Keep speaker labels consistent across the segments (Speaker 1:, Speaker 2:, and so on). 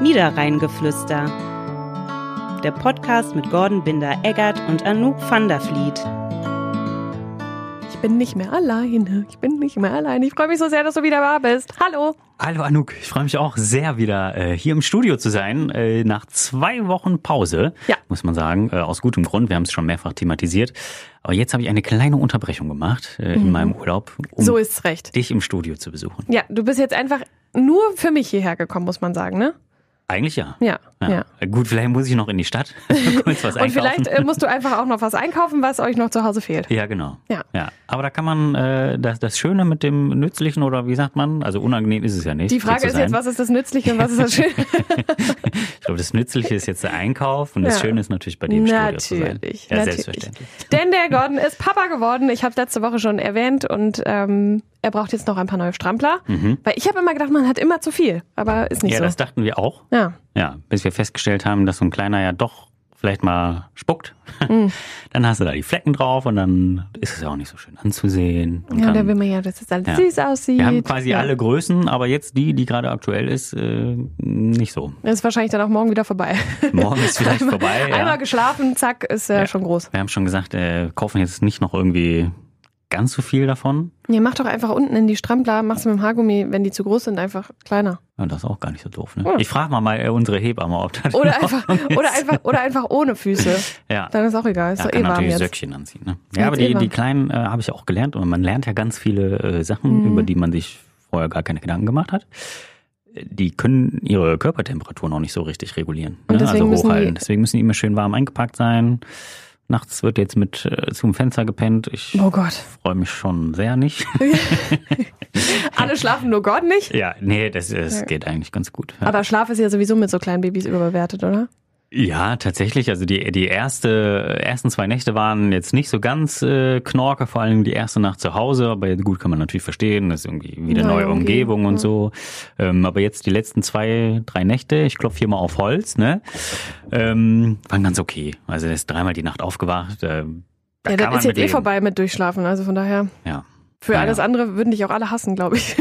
Speaker 1: Niederrheingeflüster. Der Podcast mit Gordon Binder-Eggert und Anouk van der Vliet.
Speaker 2: Ich bin nicht mehr alleine. Ich bin nicht mehr alleine. Ich freue mich so sehr, dass du wieder da bist. Hallo.
Speaker 3: Hallo Anouk, ich freue mich auch sehr wieder äh, hier im Studio zu sein. Äh, nach zwei Wochen Pause,
Speaker 2: Ja.
Speaker 3: muss man sagen, äh, aus gutem Grund. Wir haben es schon mehrfach thematisiert. Aber jetzt habe ich eine kleine Unterbrechung gemacht äh, in meinem Urlaub, um
Speaker 2: Mhm. So ist's recht.
Speaker 3: dich im Studio zu besuchen.
Speaker 2: Ja, du bist jetzt einfach nur für mich hierher gekommen, muss man sagen, ne?
Speaker 3: Eigentlich ja.
Speaker 2: Ja, ja.
Speaker 3: Äh, Gut, vielleicht muss ich noch in die Stadt um kurz was
Speaker 2: Und
Speaker 3: einkaufen.
Speaker 2: vielleicht äh, musst du einfach auch noch was einkaufen, was euch noch zu Hause fehlt.
Speaker 3: ja, genau.
Speaker 2: Ja.
Speaker 3: ja. Aber da kann man äh, das, das Schöne mit dem Nützlichen oder wie sagt man, also unangenehm ist es ja nicht.
Speaker 2: Die Frage
Speaker 3: hier
Speaker 2: ist
Speaker 3: zu
Speaker 2: jetzt,
Speaker 3: sein.
Speaker 2: was ist das Nützliche und was ist das Schöne?
Speaker 3: Ich glaube, das Nützliche ist jetzt der Einkauf und das
Speaker 2: Ja.
Speaker 3: Schöne ist natürlich bei dem Studio zu sein.
Speaker 2: Natürlich,
Speaker 3: Ja,
Speaker 2: natürlich.
Speaker 3: selbstverständlich.
Speaker 2: Denn der Gordon ist Papa geworden. Ich habe letzte Woche schon erwähnt und ähm, er braucht jetzt noch ein paar neue Strampler. Weil ich habe immer gedacht, man hat immer zu viel, aber ist nicht
Speaker 3: Mhm. Ja,
Speaker 2: so.
Speaker 3: das dachten wir auch.
Speaker 2: ja,
Speaker 3: Ja, bis wir festgestellt haben, dass so ein kleiner ja doch vielleicht mal spuckt.
Speaker 2: Mhm.
Speaker 3: Dann hast du da die Flecken drauf und dann ist es ja auch nicht so schön anzusehen. Und
Speaker 2: ja da
Speaker 3: dann,
Speaker 2: will man ja, dass es alles
Speaker 3: Ja.
Speaker 2: süß aussieht.
Speaker 3: wir haben quasi
Speaker 2: ja.
Speaker 3: alle Größen, aber jetzt die, die gerade aktuell ist, äh, nicht so.
Speaker 2: Ist wahrscheinlich dann auch morgen wieder vorbei.
Speaker 3: Morgen ist vielleicht
Speaker 2: einmal,
Speaker 3: vorbei. Ja.
Speaker 2: Einmal geschlafen, zack, ist ja, schon groß.
Speaker 3: Wir haben schon gesagt, äh, kaufen jetzt nicht noch irgendwie ganz so viel davon.
Speaker 2: Nee, mach doch einfach unten in die Strampler, mach's mit dem Haargummi, wenn die zu groß sind, einfach kleiner.
Speaker 3: Ja, das ist auch gar nicht so doof. Ne?
Speaker 2: Ja.
Speaker 3: Ich frage mal, mal äh, unsere Hebamme, ob das
Speaker 2: Oder
Speaker 3: in Ordnung
Speaker 2: einfach, oder einfach, oder einfach ohne Füße.
Speaker 3: Ja.
Speaker 2: Dann ist auch egal, ist
Speaker 3: Ja,
Speaker 2: doch
Speaker 3: kann
Speaker 2: eh warm
Speaker 3: natürlich
Speaker 2: jetzt.
Speaker 3: Söckchen anziehen. Ne?
Speaker 2: Jetzt
Speaker 3: Ja, aber
Speaker 2: eh
Speaker 3: die,
Speaker 2: warm.
Speaker 3: die Kleinen äh, habe ich auch gelernt und man lernt ja ganz viele äh, Sachen,
Speaker 2: Mhm.
Speaker 3: über die man sich vorher gar keine Gedanken gemacht hat. Die können ihre Körpertemperatur noch nicht so richtig regulieren,
Speaker 2: Und
Speaker 3: ne?
Speaker 2: deswegen
Speaker 3: also
Speaker 2: müssen die-
Speaker 3: hochhalten. deswegen müssen die immer schön warm eingepackt sein. Nachts wird jetzt mit äh, zum Fenster gepennt. Ich
Speaker 2: Oh Gott.
Speaker 3: freue mich schon sehr nicht.
Speaker 2: Alle schlafen nur Gordon nicht.
Speaker 3: ja, nee, das, das
Speaker 2: Ja.
Speaker 3: geht eigentlich ganz gut. Ja.
Speaker 2: Aber Schlaf ist ja sowieso mit so kleinen Babys überbewertet, oder?
Speaker 3: Ja, tatsächlich. Also die, die erste, ersten zwei Nächte waren jetzt nicht so ganz äh, knorke, vor allem die erste Nacht zu Hause. Aber gut, kann man natürlich verstehen, das ist irgendwie wieder
Speaker 2: Neue
Speaker 3: neue,
Speaker 2: Umgebung,
Speaker 3: Umgebung und
Speaker 2: ja.
Speaker 3: so. Ähm, aber jetzt die letzten zwei, drei Nächte, ich klopfe hier mal auf Holz, ne? Ähm, waren ganz okay. Also der ist dreimal die Nacht aufgewacht. Äh, da
Speaker 2: ja,
Speaker 3: kann
Speaker 2: das
Speaker 3: man
Speaker 2: ist jetzt
Speaker 3: mit
Speaker 2: eh
Speaker 3: leben.
Speaker 2: vorbei mit Durchschlafen, also von daher.
Speaker 3: Ja.
Speaker 2: Für
Speaker 3: Ja,
Speaker 2: alles
Speaker 3: ja.
Speaker 2: andere würden dich auch alle hassen, glaube ich.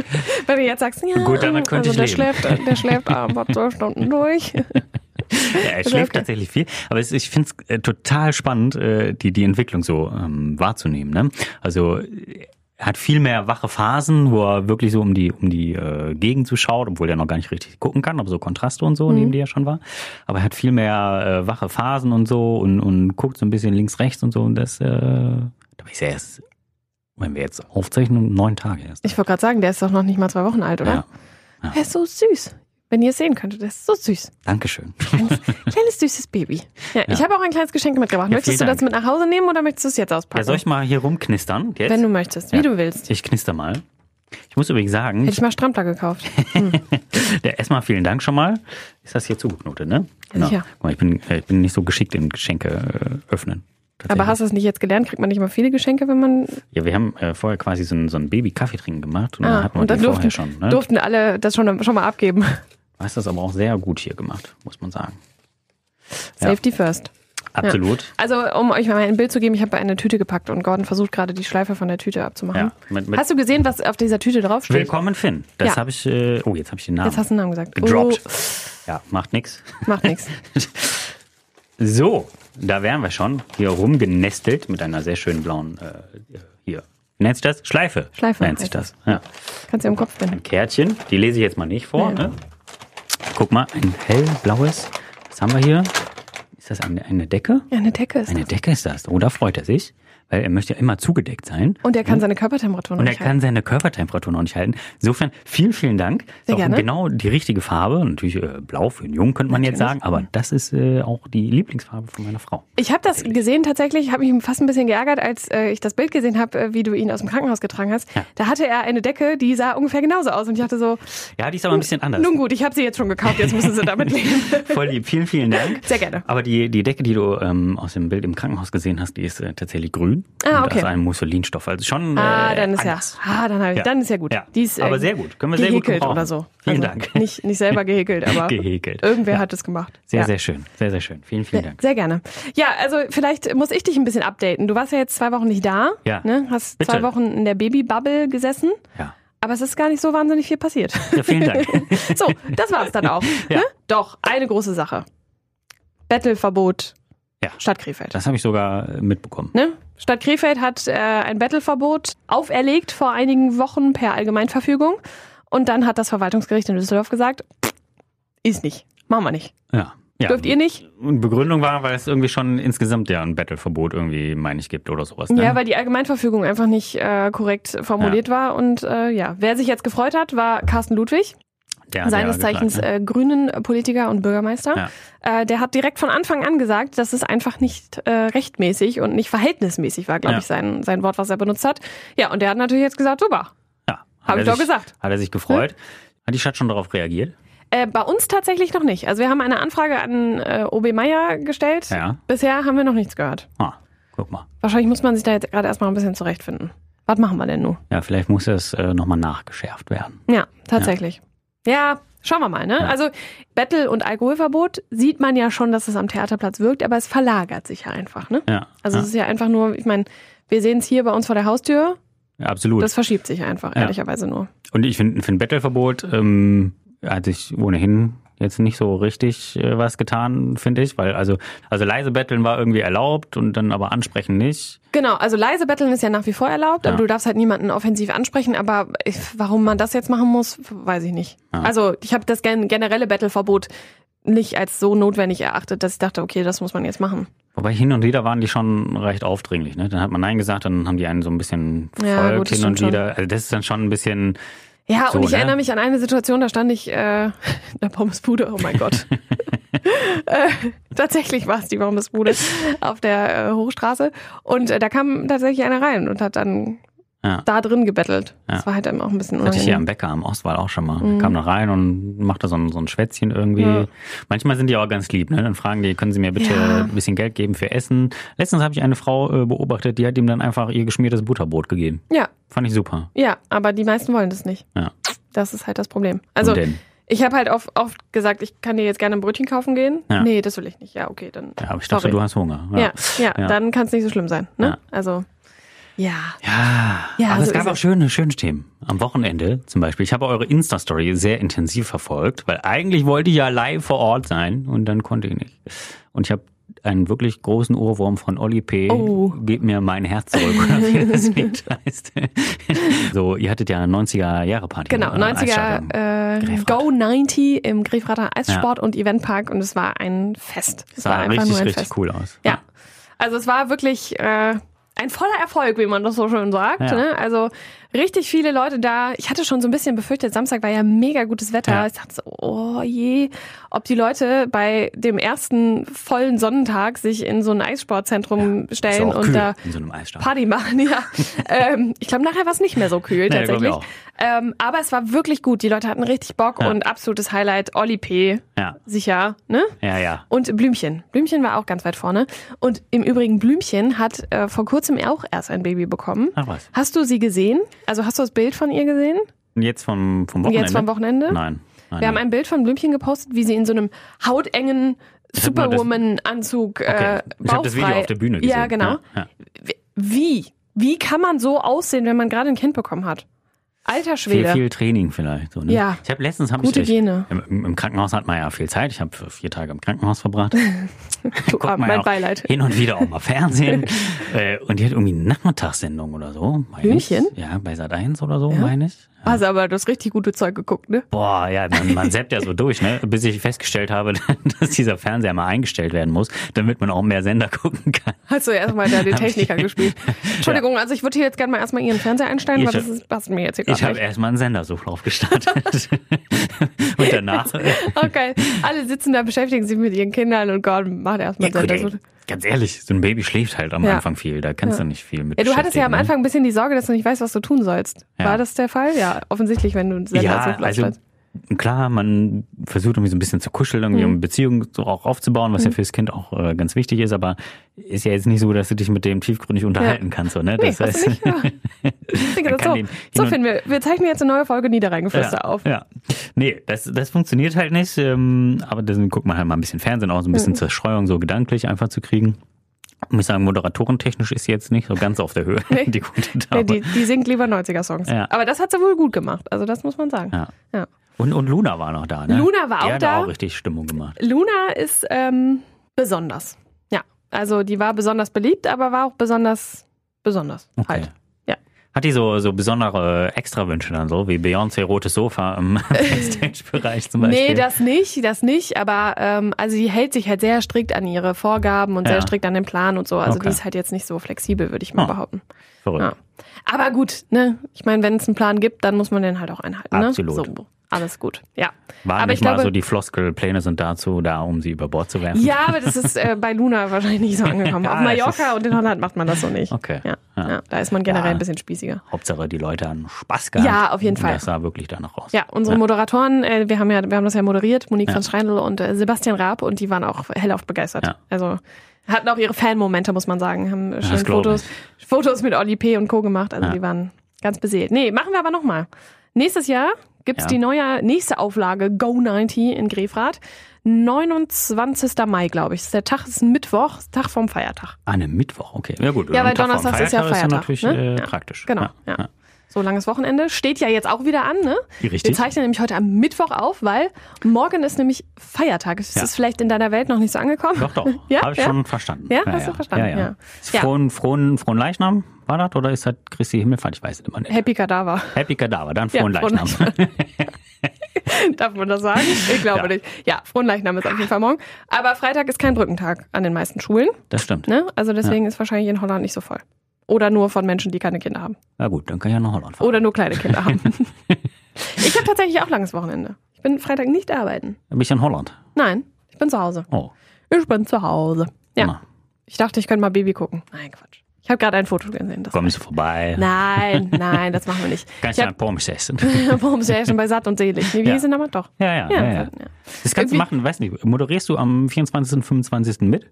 Speaker 2: Wenn du jetzt sagst, ja,
Speaker 3: Gut, damit könnte
Speaker 2: also der
Speaker 3: ich leben.
Speaker 2: schläft, der schläft aber zwölf Stunden durch.
Speaker 3: Ja, er
Speaker 2: Das
Speaker 3: schläft
Speaker 2: läuft ja.
Speaker 3: tatsächlich viel, aber es, ich finde es äh, total spannend, äh, die, die Entwicklung so ähm, wahrzunehmen. Ne? Also äh, er hat viel mehr wache Phasen, wo er wirklich so um die, um die äh, Gegend zuschaut, obwohl er noch gar nicht richtig gucken kann, aber so Kontraste und so,
Speaker 2: Mhm.
Speaker 3: neben die er schon war. Aber er hat viel mehr äh, wache Phasen und so und, und guckt so ein bisschen links, rechts und so. Und das, äh, da bin ich sehr erst, wenn wir jetzt aufzeichnen, um neun Tage erst.
Speaker 2: Ich wollte gerade sagen, der ist doch noch nicht mal zwei Wochen alt, oder?
Speaker 3: Ja.
Speaker 2: Der ist so süß. Wenn ihr es sehen könntet, der ist so süß.
Speaker 3: Dankeschön.
Speaker 2: Kleines, kleines süßes Baby. Ja, ich habe auch ein kleines Geschenk mitgebracht.
Speaker 3: Ja,
Speaker 2: möchtest du
Speaker 3: vielen
Speaker 2: das mit
Speaker 3: Dank.
Speaker 2: nach Hause nehmen oder möchtest du es jetzt auspacken?
Speaker 3: Ja, soll ich mal hier rumknistern? Jetzt?
Speaker 2: Wenn du möchtest, wie
Speaker 3: Ja.
Speaker 2: du willst.
Speaker 3: ich knister mal. Ich muss übrigens sagen,
Speaker 2: Hätte ich mal Strampler gekauft.
Speaker 3: Ja, erstmal vielen Dank schon mal. Ist das hier zugeknotet, ne?
Speaker 2: Ja, sicher.
Speaker 3: Guck mal, ich bin, ich bin nicht so geschickt im Geschenke äh, öffnen.
Speaker 2: Aber hast du es nicht jetzt gelernt? Kriegt man nicht mal viele Geschenke, wenn man.
Speaker 3: ja, wir haben äh, vorher quasi so ein, so ein Baby-Kaffee trinken gemacht und dann
Speaker 2: Ah,
Speaker 3: hatten wir
Speaker 2: und dann
Speaker 3: den
Speaker 2: durften,
Speaker 3: vorher schon. Ne? Du
Speaker 2: durften alle das schon, schon mal abgeben.
Speaker 3: hast das aber auch sehr gut hier gemacht, muss man sagen. Ja.
Speaker 2: Safety first.
Speaker 3: Absolut.
Speaker 2: Also, um euch mal ein Bild zu geben, ich habe eine Tüte gepackt und Gordon versucht gerade die Schleife von der Tüte abzumachen.
Speaker 3: Ja, mit- mit-
Speaker 2: hast du gesehen, was auf dieser Tüte draufsteht?
Speaker 3: Willkommen, Finn. Das
Speaker 2: Ja.
Speaker 3: habe ich. Äh, oh, jetzt habe ich den Namen
Speaker 2: Jetzt hast du Oh. einen Namen gesagt.
Speaker 3: gedroppt. Ja, macht nix.
Speaker 2: Oh, macht nichts.
Speaker 3: So, da wären wir schon. Hier rumgenestelt mit einer sehr schönen blauen. Äh, hier. Wie nennt sich das? Schleife.
Speaker 2: Schleife
Speaker 3: Nennt sich das.
Speaker 2: heißt
Speaker 3: Ja.
Speaker 2: Kannst du im Kopf binden.
Speaker 3: Kärtchen. Die lese ich jetzt mal nicht vor.
Speaker 2: Nee.
Speaker 3: Ne? Guck mal, ein hellblaues. Was haben wir hier? Ist das eine, eine Decke?
Speaker 2: Ja, eine Decke ist.
Speaker 3: Eine
Speaker 2: das.
Speaker 3: Decke ist das. Oh, da freut er sich, weil er möchte ja immer zugedeckt sein.
Speaker 2: Und er kann seine Körpertemperatur noch
Speaker 3: Hm? Und er
Speaker 2: nicht halten.
Speaker 3: kann seine Körpertemperatur noch nicht halten. Insofern, vielen, vielen Dank.
Speaker 2: Sehr
Speaker 3: ist auch
Speaker 2: gerne.
Speaker 3: genau die richtige Farbe. Natürlich äh, blau für den Jungen, könnte man jetzt
Speaker 2: Natürlich.
Speaker 3: sagen. Aber das ist äh, auch die Lieblingsfarbe von meiner Frau.
Speaker 2: Ich habe
Speaker 3: Äh,
Speaker 2: das gesehen tatsächlich, habe mich fast ein bisschen geärgert, als äh, ich das Bild gesehen habe, äh, wie du ihn aus dem Krankenhaus getragen hast.
Speaker 3: Ja.
Speaker 2: Da hatte er eine Decke, die sah ungefähr genauso aus. Und ich dachte so,
Speaker 3: Ja, die ist aber ein bisschen anders. Äh,
Speaker 2: nun gut, ich habe sie jetzt schon gekauft, jetzt müssen sie damit leben.
Speaker 3: Voll lieb. Vielen, vielen Dank.
Speaker 2: Sehr gerne.
Speaker 3: Aber die, die Decke, die du ähm, aus dem Bild im Krankenhaus gesehen hast, die ist äh, tatsächlich grün.
Speaker 2: Ah,
Speaker 3: Und
Speaker 2: okay.
Speaker 3: aus einem Mussolinstoff. Also schon.
Speaker 2: Ah,
Speaker 3: äh,
Speaker 2: dann ist ja,
Speaker 3: anders.
Speaker 2: ah, dann, hab ich,
Speaker 3: Ja.
Speaker 2: dann ist ja gut.
Speaker 3: Ja.
Speaker 2: Die ist, ähm,
Speaker 3: Aber sehr gut. Können wir sehr gut
Speaker 2: gehäkelt
Speaker 3: gebrauchen.
Speaker 2: oder so.
Speaker 3: Vielen
Speaker 2: also,
Speaker 3: Dank.
Speaker 2: Nicht, nicht selber gehäkelt, aber
Speaker 3: Gehäkelt.
Speaker 2: irgendwer
Speaker 3: Ja.
Speaker 2: hat es gemacht.
Speaker 3: Sehr,
Speaker 2: ja.
Speaker 3: sehr schön. Sehr, sehr schön. Vielen, vielen Dank.
Speaker 2: Sehr gerne. Ja, also vielleicht muss ich dich ein bisschen updaten. Du warst ja jetzt zwei Wochen nicht da.
Speaker 3: Ja.
Speaker 2: Ne? Hast
Speaker 3: Bitte.
Speaker 2: zwei Wochen in der Babybubble gesessen.
Speaker 3: Ja.
Speaker 2: Aber es ist gar nicht so wahnsinnig viel passiert.
Speaker 3: Ja, vielen Dank.
Speaker 2: So, das war's dann auch.
Speaker 3: Ja.
Speaker 2: Ne? Doch, eine große Sache. Battle-Verbot
Speaker 3: Ja.
Speaker 2: Stadt Krefeld.
Speaker 3: Das habe ich sogar äh, mitbekommen.
Speaker 2: Ne? Stadt Krefeld hat äh, ein Battle-Verbot auferlegt vor einigen Wochen per Allgemeinverfügung. Und dann hat das Verwaltungsgericht in Düsseldorf gesagt, ist nicht. Machen wir nicht.
Speaker 3: Ja. ja.
Speaker 2: Dürft ihr nicht?
Speaker 3: Und Begründung war, weil es irgendwie schon insgesamt ja ein Battle-Verbot irgendwie, meine ich, gibt oder sowas. Ne?
Speaker 2: Ja, weil die Allgemeinverfügung einfach nicht äh, korrekt formuliert war. Und äh, ja, wer sich jetzt gefreut hat, war Carsten Ludwig,
Speaker 3: Der hat
Speaker 2: seines
Speaker 3: ja geklagt,
Speaker 2: Zeichens
Speaker 3: ne?
Speaker 2: äh, grünen Politiker und Bürgermeister. Äh, der hat direkt von Anfang an gesagt, dass es einfach nicht äh, rechtmäßig und nicht verhältnismäßig war, glaube
Speaker 3: Ja.
Speaker 2: ich, sein, sein Wort, was er benutzt hat. Ja, und der hat natürlich jetzt gesagt, super.
Speaker 3: Ja. ja.
Speaker 2: Hab
Speaker 3: Hat
Speaker 2: ich
Speaker 3: er
Speaker 2: doch
Speaker 3: sich-
Speaker 2: gesagt. Hm?
Speaker 3: Hat er sich gefreut. Hat die Stadt schon darauf reagiert?
Speaker 2: Äh, bei uns tatsächlich noch nicht. Also wir haben eine Anfrage an äh, OB Meier gestellt.
Speaker 3: Ja.
Speaker 2: Bisher haben wir noch nichts gehört.
Speaker 3: Ah, guck mal.
Speaker 2: Wahrscheinlich muss man sich da jetzt gerade erstmal ein bisschen zurechtfinden. Was machen wir denn nun?
Speaker 3: Ja, vielleicht muss das äh, nochmal nachgeschärft werden.
Speaker 2: Ja, tatsächlich. Ja, schauen wir mal. Ne? Also Battle- und Alkoholverbot sieht man ja schon, dass es am Theaterplatz wirkt, aber es verlagert sich ja einfach. Ne?
Speaker 3: Ja.
Speaker 2: Also
Speaker 3: ja.
Speaker 2: es ist ja einfach nur, ich meine, wir sehen es hier bei uns vor der Haustür.
Speaker 3: ja absolut.
Speaker 2: Das verschiebt sich einfach,
Speaker 3: Ja.
Speaker 2: ehrlicherweise nur.
Speaker 3: Und ich finde, für ein Battle-Verbot ähm, hat sich ohnehin jetzt nicht so richtig äh, was getan, finde ich, weil also also leise Betteln war irgendwie erlaubt und dann aber ansprechen nicht.
Speaker 2: Genau, also leise betteln ist ja nach wie vor erlaubt,
Speaker 3: Ja.
Speaker 2: aber du darfst halt niemanden offensiv ansprechen. Aber ich, warum man das jetzt machen muss, weiß ich nicht.
Speaker 3: Ja.
Speaker 2: Also ich habe das gen generelle Battle-Verbot nicht als so notwendig erachtet, dass ich dachte, okay, das muss man jetzt machen.
Speaker 3: Wobei hin und wieder waren die schon recht aufdringlich. Ne? Dann hat man Nein gesagt, dann haben die einen so ein bisschen
Speaker 2: Ja,
Speaker 3: verfolgt
Speaker 2: gut, das
Speaker 3: hin und
Speaker 2: stimmt
Speaker 3: wieder. Also das ist dann schon ein bisschen,
Speaker 2: Ja,
Speaker 3: So,
Speaker 2: und ich
Speaker 3: ne?
Speaker 2: erinnere mich an eine Situation, da stand ich äh, in der Pommesbude, oh mein Gott. äh, tatsächlich war es die Pommesbude auf der äh, Hochstraße. Und äh, da kam tatsächlich einer rein und hat dann
Speaker 3: Ja.
Speaker 2: da drin gebettelt.
Speaker 3: Ja.
Speaker 2: Das war halt einem auch ein bisschen
Speaker 3: hatte ich hier am
Speaker 2: unangenehm.
Speaker 3: Bäcker am Ostwall auch schon mal. Kam da rein und machte so ein, so ein Schwätzchen irgendwie.
Speaker 2: Mhm. Ja.
Speaker 3: Manchmal sind die auch ganz lieb, ne? Dann fragen die, können Sie mir bitte
Speaker 2: Ja.
Speaker 3: ein bisschen Geld geben für Essen? Letztens habe ich eine Frau äh, beobachtet, die hat ihm dann einfach ihr geschmiertes Butterbrot gegeben.
Speaker 2: Ja,
Speaker 3: Fand ich super.
Speaker 2: ja, aber die meisten wollen das nicht.
Speaker 3: Ja.
Speaker 2: Das ist halt das Problem. Also
Speaker 3: Und denn?
Speaker 2: ich habe halt oft, oft gesagt, ich kann dir jetzt gerne ein Brötchen kaufen gehen.
Speaker 3: Ja.
Speaker 2: Nee, das will ich nicht. Ja, okay, dann.
Speaker 3: Ja, aber ich dachte,
Speaker 2: sorry.
Speaker 3: du hast Hunger.
Speaker 2: Ja, ja,
Speaker 3: Ja.
Speaker 2: dann kann es nicht so schlimm sein. Ne?
Speaker 3: Ja.
Speaker 2: Also, ja.
Speaker 3: Ja,
Speaker 2: Ja,
Speaker 3: aber es
Speaker 2: so
Speaker 3: gab
Speaker 2: ist
Speaker 3: auch
Speaker 2: es.
Speaker 3: schöne, schöne Themen. Am Wochenende zum Beispiel. Ich habe eure Insta-Story sehr intensiv verfolgt, weil eigentlich wollte ich ja live vor Ort sein und dann konnte ich nicht. Und ich habe einen wirklich großen Ohrwurm von Oli P.
Speaker 2: Oh.
Speaker 3: Gebt mir mein Herz zurück, oder wie das Lied heißt. so, ihr hattet ja eine 90er-Jahre-Party.
Speaker 2: Genau,
Speaker 3: ne? Äh, Eisstadion.
Speaker 2: 90er äh,
Speaker 3: Grefrath.
Speaker 2: Go 90 im Grefrather Eissport und Eventpark und es war ein Fest. Es
Speaker 3: Sah richtig, richtig cool aus.
Speaker 2: Ja. Also es war wirklich äh, ein voller Erfolg, wie man das so schön sagt.
Speaker 3: Ja.
Speaker 2: Ne? Also richtig viele Leute da. Ich hatte schon so ein bisschen befürchtet, Samstag war ja mega gutes Wetter.
Speaker 3: Ja.
Speaker 2: Ich dachte so, oh je, ob die Leute bei dem ersten vollen Sonnentag sich in so ein Eissportzentrum
Speaker 3: Ist ja
Speaker 2: stellen
Speaker 3: auch
Speaker 2: und
Speaker 3: kühl
Speaker 2: da
Speaker 3: in so einem Eisstadion.
Speaker 2: Party machen, ja. ähm, ich glaube, nachher war es nicht mehr so kühl
Speaker 3: Nee, glaub ich
Speaker 2: tatsächlich.
Speaker 3: auch.
Speaker 2: Ähm, aber es war wirklich gut. Die Leute hatten richtig Bock
Speaker 3: Ja.
Speaker 2: und absolutes Highlight. Oli P.
Speaker 3: Ja,
Speaker 2: Sicher, ne?
Speaker 3: ja, ja.
Speaker 2: Und Blümchen. Blümchen war auch ganz weit vorne. Und im Übrigen, Blümchen hat äh, vor kurzem auch erst ein Baby bekommen.
Speaker 3: Ach was.
Speaker 2: Hast du sie gesehen? Also hast du das Bild von ihr gesehen?
Speaker 3: Und jetzt vom, vom Wochenende?
Speaker 2: Jetzt vom Wochenende?
Speaker 3: Nein. nein
Speaker 2: Wir haben
Speaker 3: nein.
Speaker 2: ein Bild von Blümchen gepostet, wie sie in so einem hautengen
Speaker 3: hab nur das-
Speaker 2: Superwoman-Anzug äh,
Speaker 3: Okay. Ich habe das Video
Speaker 2: bauchfrei-
Speaker 3: auf der Bühne gesehen.
Speaker 2: Ja, genau.
Speaker 3: Ja, ja.
Speaker 2: Wie? Wie kann man so aussehen, wenn man gerade ein Kind bekommen hat? Alter
Speaker 3: viel,
Speaker 2: Schwede.
Speaker 3: viel Training vielleicht. So, ne?
Speaker 2: Ja.
Speaker 3: Ich habe letztens hab
Speaker 2: Gute
Speaker 3: ich,
Speaker 2: Gene.
Speaker 3: Im, im- Im Krankenhaus hat man ja viel Zeit. Ich habe vier Tage im Krankenhaus verbracht.
Speaker 2: Du
Speaker 3: Guckt
Speaker 2: Arm,
Speaker 3: man ja
Speaker 2: Ah, mein
Speaker 3: auch
Speaker 2: Beileid.
Speaker 3: Hin und wieder auch mal Fernsehen. äh, und die hat irgendwie eine Nachmittagssendung oder so. meine ich.
Speaker 2: Blümchen?
Speaker 3: Ja, bei Sat 1 oder so,
Speaker 2: Ja.
Speaker 3: meine ich.
Speaker 2: Hast aber das richtig gute Zeug geguckt, ne?
Speaker 3: Boah, ja, man, man zappt ja so durch, ne? Bis ich festgestellt habe, dass dieser Fernseher mal eingestellt werden muss, damit man auch mehr Sender gucken kann.
Speaker 2: Hast du erstmal da den Techniker gespielt. Entschuldigung, also ich würde hier jetzt gerne mal erstmal Ihren Fernseher einstellen,
Speaker 3: Ich
Speaker 2: weil das
Speaker 3: hab-
Speaker 2: ist, passt mir jetzt hier
Speaker 3: Ich
Speaker 2: gerade
Speaker 3: habe
Speaker 2: nicht.
Speaker 3: erstmal einen Sendersuchlauf gestartet. und danach. äh,
Speaker 2: Okay, alle sitzen da, beschäftigen sich mit ihren Kindern und Gordon macht erstmal
Speaker 3: Ja, gut,
Speaker 2: Sender.
Speaker 3: ey, ganz ehrlich, so ein Baby schläft halt am
Speaker 2: Also Ja.
Speaker 3: Anfang viel. Da kannst du nicht viel mit
Speaker 2: Ja, du hattest ja am
Speaker 3: beschäftigen, ne?
Speaker 2: Anfang ein bisschen die Sorge, dass du nicht weißt, was du tun sollst.
Speaker 3: Ja.
Speaker 2: War das der Fall? Ja, offensichtlich, wenn du einen Sender
Speaker 3: Ja,
Speaker 2: suchst, halt.
Speaker 3: also klar, man versucht irgendwie so ein bisschen zu kuscheln, irgendwie
Speaker 2: Mhm.
Speaker 3: um Beziehungen so auch aufzubauen, was ja fürs Kind auch äh, ganz wichtig ist, aber ist ja jetzt nicht so, dass du dich mit dem tiefgründig unterhalten kannst, so, ne?
Speaker 2: Nee, hast du nicht? Ja. Ich denke, das
Speaker 3: Man kann
Speaker 2: so.
Speaker 3: den
Speaker 2: so
Speaker 3: hin und-
Speaker 2: finden wir. Wir zeichnen jetzt eine neue Folge Niederreingeflüster
Speaker 3: ja,
Speaker 2: auf.
Speaker 3: Ja. Nee, das, das funktioniert halt nicht.
Speaker 2: Mhm.
Speaker 3: Ähm, aber dann guckt man halt mal ein bisschen Fernsehen auch, so ein bisschen Zerstreuung so gedanklich einfach zu kriegen. muss sagen, moderatorentechnisch ist sie jetzt nicht so ganz auf der Höhe,
Speaker 2: Nee.
Speaker 3: die gute
Speaker 2: Nee, Ne,
Speaker 3: Dame.
Speaker 2: die, die singt lieber 90er-Songs.
Speaker 3: Ja.
Speaker 2: Aber das hat sie wohl gut gemacht. Also das muss man sagen.
Speaker 3: Ja.
Speaker 2: Ja.
Speaker 3: und, und Luna war noch da, ne?
Speaker 2: Luna war
Speaker 3: die
Speaker 2: auch
Speaker 3: hat
Speaker 2: da.
Speaker 3: auch richtig Stimmung gemacht.
Speaker 2: Luna ist ähm, besonders. Ja, also die war besonders beliebt, aber war auch besonders besonders
Speaker 3: Okay.
Speaker 2: halt. Ja.
Speaker 3: Hat die so, so besondere äh, Extrawünsche dann so, wie Beyoncé rotes Sofa im Backstage-Bereich zum Beispiel?
Speaker 2: Nee, das nicht, das nicht, aber ähm, also die hält sich halt sehr strikt an ihre Vorgaben und
Speaker 3: Ja.
Speaker 2: sehr strikt an den Plan und so. Also
Speaker 3: Okay.
Speaker 2: die ist halt jetzt nicht so flexibel, würde ich mal
Speaker 3: Ah.
Speaker 2: behaupten.
Speaker 3: Verrückt.
Speaker 2: Ja. Aber gut, ne? Ich meine, wenn es einen Plan gibt, dann muss man den halt auch einhalten. Ne?
Speaker 3: Absolut.
Speaker 2: So, alles gut. Ja.
Speaker 3: War
Speaker 2: aber
Speaker 3: nicht
Speaker 2: ich
Speaker 3: mal
Speaker 2: glaube,
Speaker 3: so die Floskel, Pläne sind dazu da, um sie über Bord zu werfen.
Speaker 2: ja, aber das ist äh, bei Luna wahrscheinlich nicht so angekommen.
Speaker 3: Ja,
Speaker 2: Auf
Speaker 3: es
Speaker 2: Mallorca
Speaker 3: Ah, ist-
Speaker 2: und in Holland macht man das so nicht.
Speaker 3: Okay.
Speaker 2: Ja,
Speaker 3: Ja.
Speaker 2: ja. da ist man generell
Speaker 3: Ja.
Speaker 2: ein bisschen spießiger.
Speaker 3: Hauptsache, die Leute haben Spaß gehabt.
Speaker 2: Ja, auf jeden
Speaker 3: Und
Speaker 2: Fall.
Speaker 3: Das sah wirklich danach aus.
Speaker 2: Ja, unsere Moderatoren, äh, wir haben ja, wir haben das ja moderiert, Monique
Speaker 3: Ja.
Speaker 2: van Schreinl und äh, Sebastian Raab und die waren auch hellauf begeistert.
Speaker 3: Ja.
Speaker 2: Also hatten auch ihre Fanmomente, muss man sagen, haben äh, schön
Speaker 3: das glaub
Speaker 2: Fotos, Fotos mit Oli P. und Co. gemacht. Also
Speaker 3: Ja.
Speaker 2: die waren ganz beseelt. Nee, machen wir aber nochmal. Nächstes Jahr gibt's
Speaker 3: Ja.
Speaker 2: die neue, nächste Auflage Go 90 in Grefrath. 29. Mai, glaube ich. Ist Der Tag ist ein Mittwoch, ist Tag vorm Feiertag.
Speaker 3: Ah, ne, Mittwoch, okay. Ja, gut.
Speaker 2: Ja,
Speaker 3: am
Speaker 2: weil
Speaker 3: Tag vor dem
Speaker 2: Donnerstag ist ja Feiertag,
Speaker 3: Ist dann
Speaker 2: ne?
Speaker 3: natürlich äh,
Speaker 2: Ja.
Speaker 3: praktisch.
Speaker 2: Genau, ja. So langes Wochenende. Steht ja jetzt auch wieder an, ne? Wir
Speaker 3: Richtig.
Speaker 2: zeichnen nämlich heute am Mittwoch auf, weil morgen ist nämlich Feiertag. Ist
Speaker 3: Ja.
Speaker 2: das vielleicht in deiner Welt noch nicht so angekommen?
Speaker 3: Doch, doch.
Speaker 2: Ja,
Speaker 3: Habe ich
Speaker 2: ja.
Speaker 3: schon verstanden.
Speaker 2: Ja, hast du verstanden,
Speaker 3: Ja,
Speaker 2: ja.
Speaker 3: ja. Ist
Speaker 2: Ja.
Speaker 3: Frohen, frohen, frohen Leichnam war das oder ist das Christi Himmelfahrt? Ich weiß es immer nicht.
Speaker 2: Happy Kadaver.
Speaker 3: Happy Kadaver, dann
Speaker 2: Ja,
Speaker 3: frohen Leichnam.
Speaker 2: Darf man das sagen? Ich glaube
Speaker 3: Ja.
Speaker 2: nicht. Ja, Fronleichnam ist auf jeden Fall morgen. Aber Freitag ist kein Brückentag an den meisten Schulen.
Speaker 3: Das stimmt.
Speaker 2: Ne? Also deswegen ist wahrscheinlich in Holland nicht so voll. Oder nur von Menschen, die keine Kinder haben.
Speaker 3: Na gut, dann kann ich ja nach Holland fahren.
Speaker 2: Oder nur kleine Kinder haben. ich habe tatsächlich auch langes Wochenende. Ich bin Freitag nicht arbeiten.
Speaker 3: Dann bin ich in Holland.
Speaker 2: Nein, ich bin zu Hause.
Speaker 3: Oh,
Speaker 2: Ich bin zu Hause. Ja.
Speaker 3: na,
Speaker 2: Ich dachte, ich könnte mal Baby gucken. Nein, Quatsch. Ich habe gerade ein Foto gesehen. Das
Speaker 3: kommst du vorbei.
Speaker 2: Nein, nein, das machen wir nicht.
Speaker 3: Kannst
Speaker 2: ich
Speaker 3: du
Speaker 2: hab-
Speaker 3: einen Pommes essen?
Speaker 2: Warum ist er ja schon bei Satt und Selig? Nee, wie
Speaker 3: Ja.
Speaker 2: hieß er nochmal? Doch.
Speaker 3: Ja, ja,
Speaker 2: Ja,
Speaker 3: ja. ja.
Speaker 2: Satt, ja.
Speaker 3: Das kannst du
Speaker 2: Irgendwie-
Speaker 3: machen, weiß nicht. Moderierst du am 24. und 25. mit?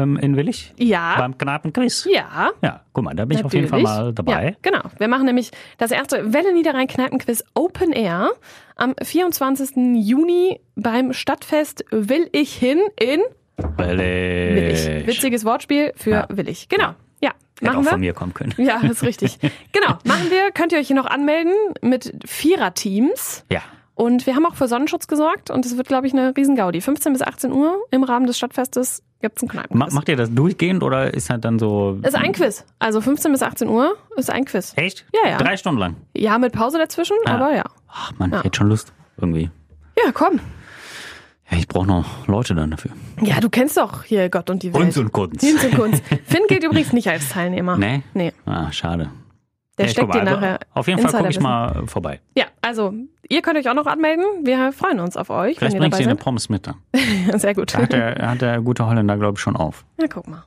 Speaker 3: Ähm, in Willig?
Speaker 2: Ja,
Speaker 3: Beim knappen Chris?
Speaker 2: ja.
Speaker 3: Ja, guck mal, da bin ich auf jeden Fall
Speaker 2: Natürlich.
Speaker 3: mal dabei.
Speaker 2: Ja, genau. Wir machen nämlich das erste Welle Niederrhein-Kneipenquiz Open Air am 24. Juni beim Stadtfest Will ich hin in Willig.
Speaker 3: Willig.
Speaker 2: Witziges Wortspiel für
Speaker 3: Ja.
Speaker 2: Willig. Genau. Ja,
Speaker 3: Hätte
Speaker 2: machen
Speaker 3: auch
Speaker 2: wir.
Speaker 3: von mir kommen können.
Speaker 2: Ja, ist richtig. genau, machen wir. Könnt ihr euch hier noch anmelden mit Vierer-Teams.
Speaker 3: Ja,
Speaker 2: Und wir haben auch für Sonnenschutz gesorgt und es wird, glaube ich, eine Riesengaudi. 15 bis 18 Uhr im Rahmen des Stadtfestes gibt's einen Kneipen.
Speaker 3: Ma macht ihr das durchgehend oder ist halt dann so.
Speaker 2: ist ein Quiz. Also 15 bis 18 Uhr ist ein Quiz.
Speaker 3: Echt?
Speaker 2: Ja, ja.
Speaker 3: Drei Stunden lang.
Speaker 2: Ja, mit Pause dazwischen,
Speaker 3: Ah.
Speaker 2: aber ja.
Speaker 3: Ach man,
Speaker 2: Ja.
Speaker 3: ich hätte schon Lust irgendwie.
Speaker 2: Ja, komm.
Speaker 3: Ja, ich brauche noch Leute dann dafür.
Speaker 2: Ja, du kennst doch hier Gott und die Welt.
Speaker 3: und Kunst.
Speaker 2: Äh, Hinz und Kunz. Finn gilt übrigens nicht als Teilnehmer.
Speaker 3: Nee?
Speaker 2: Nee,
Speaker 3: Ah, schade.
Speaker 2: der
Speaker 3: Ja, ich
Speaker 2: steckt
Speaker 3: guck
Speaker 2: dir
Speaker 3: mal, also
Speaker 2: nachher.
Speaker 3: Auf jeden Fall gucke ich
Speaker 2: Insiderwissen.
Speaker 3: mal vorbei.
Speaker 2: Ja, also, ihr könnt euch auch noch anmelden. Wir freuen uns auf euch,
Speaker 3: Vielleicht
Speaker 2: wenn ihr
Speaker 3: bringst du dir eine
Speaker 2: dabei
Speaker 3: Pommes mit dann.
Speaker 2: seid. Sehr gut.
Speaker 3: Da hat der, hat der gute Holländer, glaube ich, schon auf.
Speaker 2: Na, guck mal.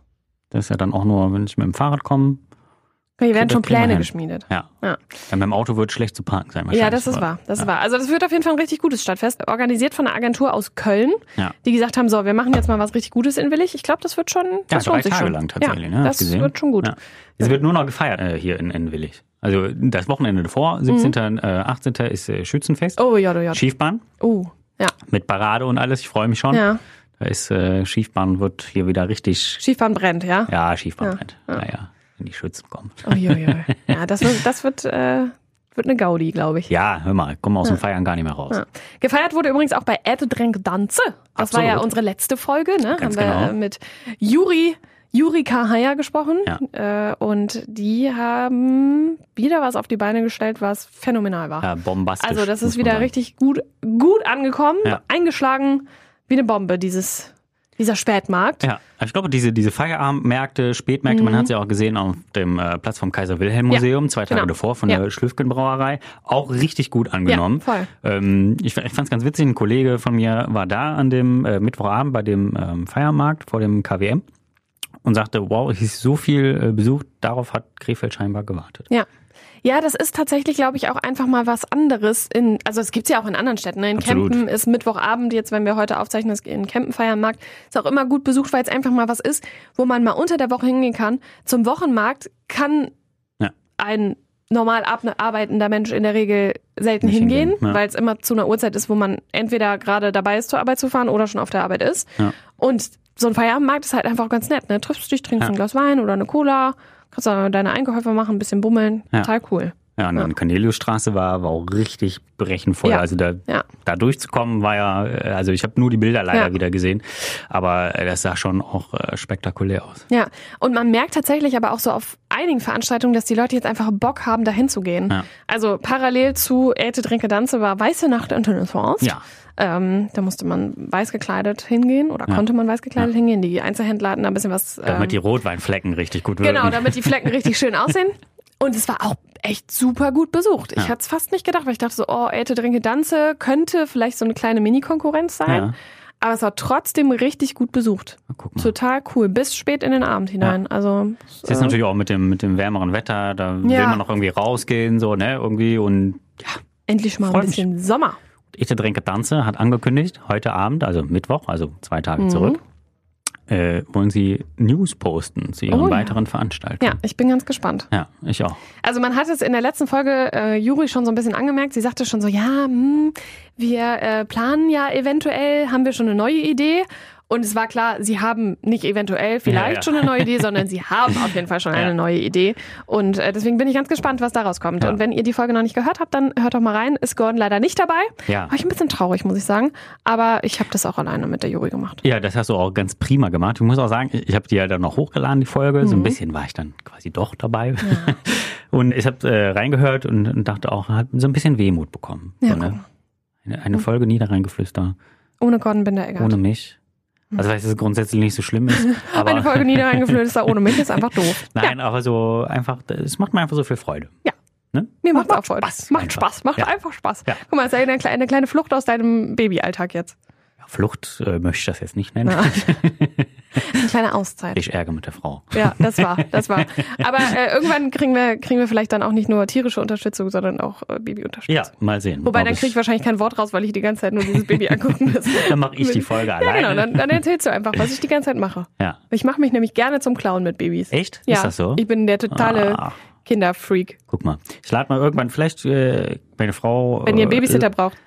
Speaker 3: Das ist ja dann auch nur, wenn ich mit dem Fahrrad komme.
Speaker 2: Hier werden
Speaker 3: Das
Speaker 2: schon
Speaker 3: kriegen wir
Speaker 2: Pläne
Speaker 3: hin.
Speaker 2: geschmiedet.
Speaker 3: Ja.
Speaker 2: Ja.
Speaker 3: ja. Mit dem Auto wird schlecht zu parken sein wahrscheinlich.
Speaker 2: Ja, das ist
Speaker 3: aber-
Speaker 2: wahr. Das ist wahr. Also das wird auf jeden Fall ein richtig gutes Stadtfest. Organisiert von einer Agentur aus Köln,
Speaker 3: Ja.
Speaker 2: die gesagt haben, so, wir machen jetzt mal was richtig Gutes in Willig. Ich glaube, das wird schon. das
Speaker 3: ja, drei
Speaker 2: lohnt sich
Speaker 3: Tage
Speaker 2: schon.
Speaker 3: lang tatsächlich.
Speaker 2: Ja,
Speaker 3: ne? Hast
Speaker 2: das
Speaker 3: gesehen?
Speaker 2: wird schon gut.
Speaker 3: Ja. Es wird nur noch gefeiert äh, hier in, in Willig. Also das Wochenende davor, 17. Äh, 18. ist äh, Schützenfest.
Speaker 2: Mhm. Oh ja, du ja.
Speaker 3: Schiefbahn
Speaker 2: Oh, ja,
Speaker 3: mit Parade und alles. Ich freue mich schon.
Speaker 2: ja.
Speaker 3: Da ist äh, Schiefbahn wird hier wieder richtig.
Speaker 2: Schiefbahn brennt, ja.
Speaker 3: Ja, Schiefbahn brennt.
Speaker 2: ja.
Speaker 3: Naja, wenn die Schützen kommen.
Speaker 2: Oh, jo, jo. Ja, das wird, das wird, äh, wird eine Gaudi, glaube ich.
Speaker 3: Ja, hör mal, kommen aus dem Feiern gar nicht mehr raus.
Speaker 2: Ja. Gefeiert wurde übrigens auch bei Ed Dränk Danze. Das
Speaker 3: Absolut.
Speaker 2: war ja unsere letzte Folge, ne? Haben
Speaker 3: Ganz
Speaker 2: wir
Speaker 3: genau.
Speaker 2: äh, mit Juri, Juri Kahaya gesprochen. Äh, und die haben wieder was auf die Beine gestellt, was phänomenal war.
Speaker 3: Ja, bombastisch.
Speaker 2: Also das
Speaker 3: muss
Speaker 2: ist
Speaker 3: man
Speaker 2: wieder
Speaker 3: sagen.
Speaker 2: richtig gut, gut angekommen,
Speaker 3: Ja.
Speaker 2: eingeschlagen wie eine Bombe, dieses, dieser Spätmarkt.
Speaker 3: Ja, also ich glaube, diese, diese Feierabendmärkte, Spätmärkte, man hat sie ja auch gesehen auf dem äh, Platz vom Kaiser-Wilhelm-Museum, zwei Tage
Speaker 2: genau.
Speaker 3: davor von
Speaker 2: Mhm. Ja.
Speaker 3: der Schlüfken-Brauerei, auch richtig gut angenommen.
Speaker 2: Ja, voll.
Speaker 3: Ähm, ich ich fand es ganz witzig, ein Kollege von mir war da an dem äh, Mittwochabend bei dem ähm, Feiermarkt vor dem KWM und sagte, wow, es ist so viel äh, besucht, darauf hat Krefeld scheinbar gewartet.
Speaker 2: Ja. Ja, das ist tatsächlich, glaube ich, auch einfach mal was anderes. In, also es gibt's ja auch in anderen Städten. Ne? In
Speaker 3: Absolut.
Speaker 2: Kempen ist Mittwochabend, jetzt wenn wir heute aufzeichnen, ist in Kempen Feiermarkt. Ist auch immer gut besucht, weil es einfach mal was ist, wo man mal unter der Woche hingehen kann. Zum Wochenmarkt kann
Speaker 3: Ja.
Speaker 2: ein normal ab arbeitender Mensch in der Regel selten
Speaker 3: Nicht
Speaker 2: hingehen,
Speaker 3: hingehen, ja.
Speaker 2: weil es immer zu einer Uhrzeit ist, wo man entweder gerade dabei ist, zur Arbeit zu fahren oder schon auf der Arbeit ist.
Speaker 3: Ja.
Speaker 2: Und so ein Feierabendmarkt ist halt einfach ganz nett. Ne? Triffst dich, trinkst
Speaker 3: Ja.
Speaker 2: ein Glas Wein oder eine Cola, kannst dann deine Einkäufe machen, ein bisschen bummeln.
Speaker 3: Ja.
Speaker 2: Total cool.
Speaker 3: Ja, und dann Corneliusstraße war, war auch richtig berechenvoll.
Speaker 2: Ja.
Speaker 3: Also da,
Speaker 2: Ja.
Speaker 3: da durchzukommen war ja, äh, also ich habe nur die Bilder leider
Speaker 2: Ja.
Speaker 3: wieder gesehen, aber äh, das sah schon auch äh, spektakulär aus.
Speaker 2: Ja, und man merkt tatsächlich aber auch so auf einigen Veranstaltungen, dass die Leute jetzt einfach Bock haben, dahin zu gehen.
Speaker 3: Ja.
Speaker 2: Also parallel zu Äte, Drinke, Danze war Weiße Nacht in Tönnesforst.
Speaker 3: Ja,
Speaker 2: Ähm, da musste man weiß gekleidet hingehen oder
Speaker 3: Ja.
Speaker 2: konnte man weiß gekleidet hingehen. Die Einzelhändler hatten da ein bisschen was.
Speaker 3: damit die
Speaker 2: ähm,
Speaker 3: Rotweinflecken richtig gut wirken.
Speaker 2: genau, damit die Flecken richtig schön aussehen. Und es war auch echt super gut besucht. Ich
Speaker 3: Ja.
Speaker 2: hatte es fast nicht gedacht, weil ich dachte so, oh, Äte, Drinke, Danze könnte vielleicht so eine kleine Mini-Konkurrenz sein.
Speaker 3: Ja.
Speaker 2: Aber es war trotzdem richtig gut besucht.
Speaker 3: Na, Guck mal.
Speaker 2: Total cool. Bis spät in den Abend hinein. Also
Speaker 3: Das ist natürlich auch mit dem, mit dem wärmeren Wetter, da will
Speaker 2: Ja.
Speaker 3: man noch irgendwie rausgehen, so, ne, irgendwie. Und
Speaker 2: Endlich mal
Speaker 3: Freut
Speaker 2: ein
Speaker 3: mich.
Speaker 2: bisschen Sommer.
Speaker 3: Ete Dränke Tanze hat angekündigt, heute Abend, also Mittwoch, also zwei Tage
Speaker 2: Mhm.
Speaker 3: zurück, äh, wollen sie News posten zu ihren
Speaker 2: Oh ja.
Speaker 3: weiteren Veranstaltungen.
Speaker 2: Ja, ich bin ganz gespannt.
Speaker 3: Ja, ich auch.
Speaker 2: Also man hat es in der letzten Folge äh, Juri schon so ein bisschen angemerkt. Sie sagte schon so, ja, hm, wir äh, planen ja eventuell, haben wir schon eine neue Idee. Und es war klar, sie haben nicht eventuell vielleicht
Speaker 3: Ja, ja.
Speaker 2: schon eine neue Idee, sondern sie haben auf jeden Fall schon eine
Speaker 3: Ja.
Speaker 2: neue Idee. Und äh, deswegen bin ich ganz gespannt, was daraus kommt.
Speaker 3: Ja.
Speaker 2: Und wenn ihr die Folge noch nicht gehört habt, dann hört doch mal rein. Ist Gordon leider nicht dabei.
Speaker 3: Ja.
Speaker 2: War ich ein bisschen traurig, muss ich sagen. Aber ich habe das auch alleine mit der Juri gemacht.
Speaker 3: Ja, das hast du auch ganz prima gemacht. Ich muss auch sagen, ich habe die ja dann noch hochgeladen, die Folge.
Speaker 2: Mhm.
Speaker 3: So ein bisschen war ich dann quasi doch dabei. Und ich habe äh, reingehört und, und dachte auch, hat so ein bisschen Wehmut bekommen.
Speaker 2: Ja, Mhm.
Speaker 3: so, ne? Eine, eine Folge niederreingeflüster,
Speaker 2: Ohne Gordon bin der egal.
Speaker 3: ohne mich. Also weiß, dass es grundsätzlich nicht so schlimm ist. Aber
Speaker 2: Mhm. Eine Folge niederreingeflöht ist da ohne mich, ist einfach doof.
Speaker 3: nein, aber so einfach, es macht mir einfach so viel Freude.
Speaker 2: Ja.
Speaker 3: Ne?
Speaker 2: Mir macht's auch Freude.
Speaker 3: Spaß
Speaker 2: macht
Speaker 3: einfach.
Speaker 2: Spaß, macht
Speaker 3: Ja.
Speaker 2: einfach Spaß.
Speaker 3: Ja.
Speaker 2: Guck mal, es ist eine, kleine- eine kleine Flucht aus deinem Babyalltag jetzt.
Speaker 3: Ja, Flucht äh, möchte ich das jetzt nicht nennen.
Speaker 2: Ja. Eine kleine Auszeit.
Speaker 3: Ich ärgere mit der Frau.
Speaker 2: Ja, das war, das war. Aber äh, irgendwann kriegen wir, kriegen wir vielleicht dann auch nicht nur tierische Unterstützung, sondern auch äh,
Speaker 3: Ja,
Speaker 2: Babyunterstützung.
Speaker 3: mal sehen.
Speaker 2: Wobei,
Speaker 3: Ob
Speaker 2: dann
Speaker 3: es-
Speaker 2: kriege ich wahrscheinlich kein Wort raus, weil ich die ganze Zeit nur dieses Baby angucken muss.
Speaker 3: Dann mache ich die Folge
Speaker 2: Ja,
Speaker 3: alleine.
Speaker 2: genau, dann, dann erzählst du einfach, was ich die ganze Zeit mache.
Speaker 3: ja.
Speaker 2: Ich mache mich nämlich gerne zum Clown mit Babys.
Speaker 3: Echt?
Speaker 2: Ja,
Speaker 3: Ist das so?
Speaker 2: Ich bin der totale
Speaker 3: Ah.
Speaker 2: Kinderfreak.
Speaker 3: Guck mal. Ich lade mal irgendwann vielleicht äh, meine Frau.
Speaker 2: Wenn
Speaker 3: äh,
Speaker 2: ihr Babysitter braucht,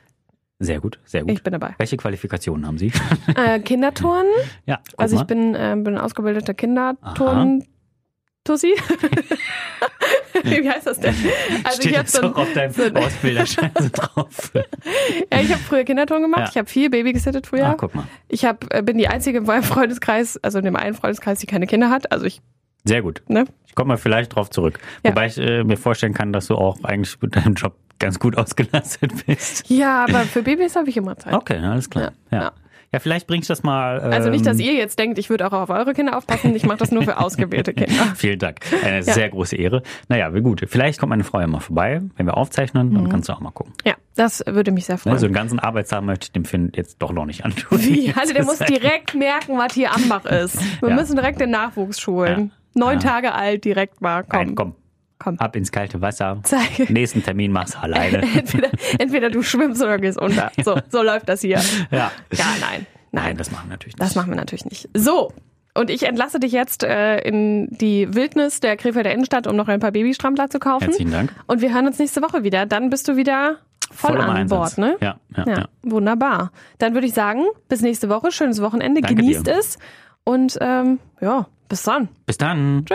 Speaker 3: Sehr gut, sehr gut.
Speaker 2: ich bin dabei.
Speaker 3: Welche Qualifikationen haben Sie?
Speaker 2: Äh, Kinderturnen.
Speaker 3: ja, guck
Speaker 2: Also ich
Speaker 3: mal.
Speaker 2: bin, äh, bin ausgebildeter Kinderturn-Tussi. Wie heißt das denn? Also ich
Speaker 3: Steht
Speaker 2: habe
Speaker 3: jetzt
Speaker 2: so
Speaker 3: auch auf deinem
Speaker 2: so ein-
Speaker 3: Ausbilderschein drauf.
Speaker 2: ja, ich hab früher Kinderturn gemacht,
Speaker 3: Ja.
Speaker 2: ich habe viel Baby gesittet früher.
Speaker 3: Ah, guck mal.
Speaker 2: ich hab, äh, bin die einzige in meinem Freundeskreis, also in dem einen Freundeskreis, die keine Kinder hat. Also ich,
Speaker 3: Sehr gut.
Speaker 2: ne?
Speaker 3: Ich komme mal vielleicht drauf zurück.
Speaker 2: Ja.
Speaker 3: Wobei ich äh, mir vorstellen kann, dass du auch eigentlich mit deinem Job ganz gut ausgelastet bist.
Speaker 2: Ja, aber für Babys habe ich immer Zeit.
Speaker 3: Okay, alles klar. Ja,
Speaker 2: Ja,
Speaker 3: ja.
Speaker 2: ja.
Speaker 3: vielleicht bringe ich das mal. Ähm,
Speaker 2: Also nicht, dass ihr jetzt denkt, ich würde auch auf eure Kinder aufpassen, ich mache das nur für ausgewählte Kinder.
Speaker 3: Vielen Dank. Eine sehr große Ehre. Naja, wie gut. Vielleicht kommt meine Frau ja mal vorbei, wenn wir aufzeichnen,
Speaker 2: Mhm.
Speaker 3: dann kannst du auch mal gucken.
Speaker 2: Ja, das würde mich sehr freuen.
Speaker 3: Also den ganzen Arbeitstag möchte ich dem Finn jetzt doch noch nicht antun.
Speaker 2: Wie? Also der muss
Speaker 3: Das ist-
Speaker 2: direkt merken, was hier am Bach ist. Wir
Speaker 3: Ja.
Speaker 2: müssen direkt den Nachwuchs schulen. Neun Tage alt, direkt mal. Komm,
Speaker 3: Nein, komm.
Speaker 2: komm.
Speaker 3: Ab ins kalte Wasser.
Speaker 2: Zeige.
Speaker 3: Nächsten Termin mach's alleine.
Speaker 2: Entweder, entweder du schwimmst oder gehst unter. So, so läuft das hier. Ja,
Speaker 3: ja.
Speaker 2: nein.
Speaker 3: Nein,
Speaker 2: Nein,
Speaker 3: das machen wir natürlich nicht.
Speaker 2: das machen wir natürlich nicht. So. Und ich entlasse dich jetzt äh, in die Wildnis der Krefelder Innenstadt, um noch ein paar Babystrampler zu kaufen.
Speaker 3: Herzlichen Dank.
Speaker 2: Und wir hören uns nächste Woche wieder. Dann bist du wieder voll,
Speaker 3: im
Speaker 2: an
Speaker 3: Einsatz.
Speaker 2: Bord, ne?
Speaker 3: Ja, ja, ja.
Speaker 2: Ja, wunderbar. Dann würde ich sagen, bis nächste Woche. Schönes Wochenende.
Speaker 3: Danke
Speaker 2: Genießt
Speaker 3: dir.
Speaker 2: es. Und ähm, ja, bis dann.
Speaker 3: Bis dann.
Speaker 2: Tschö.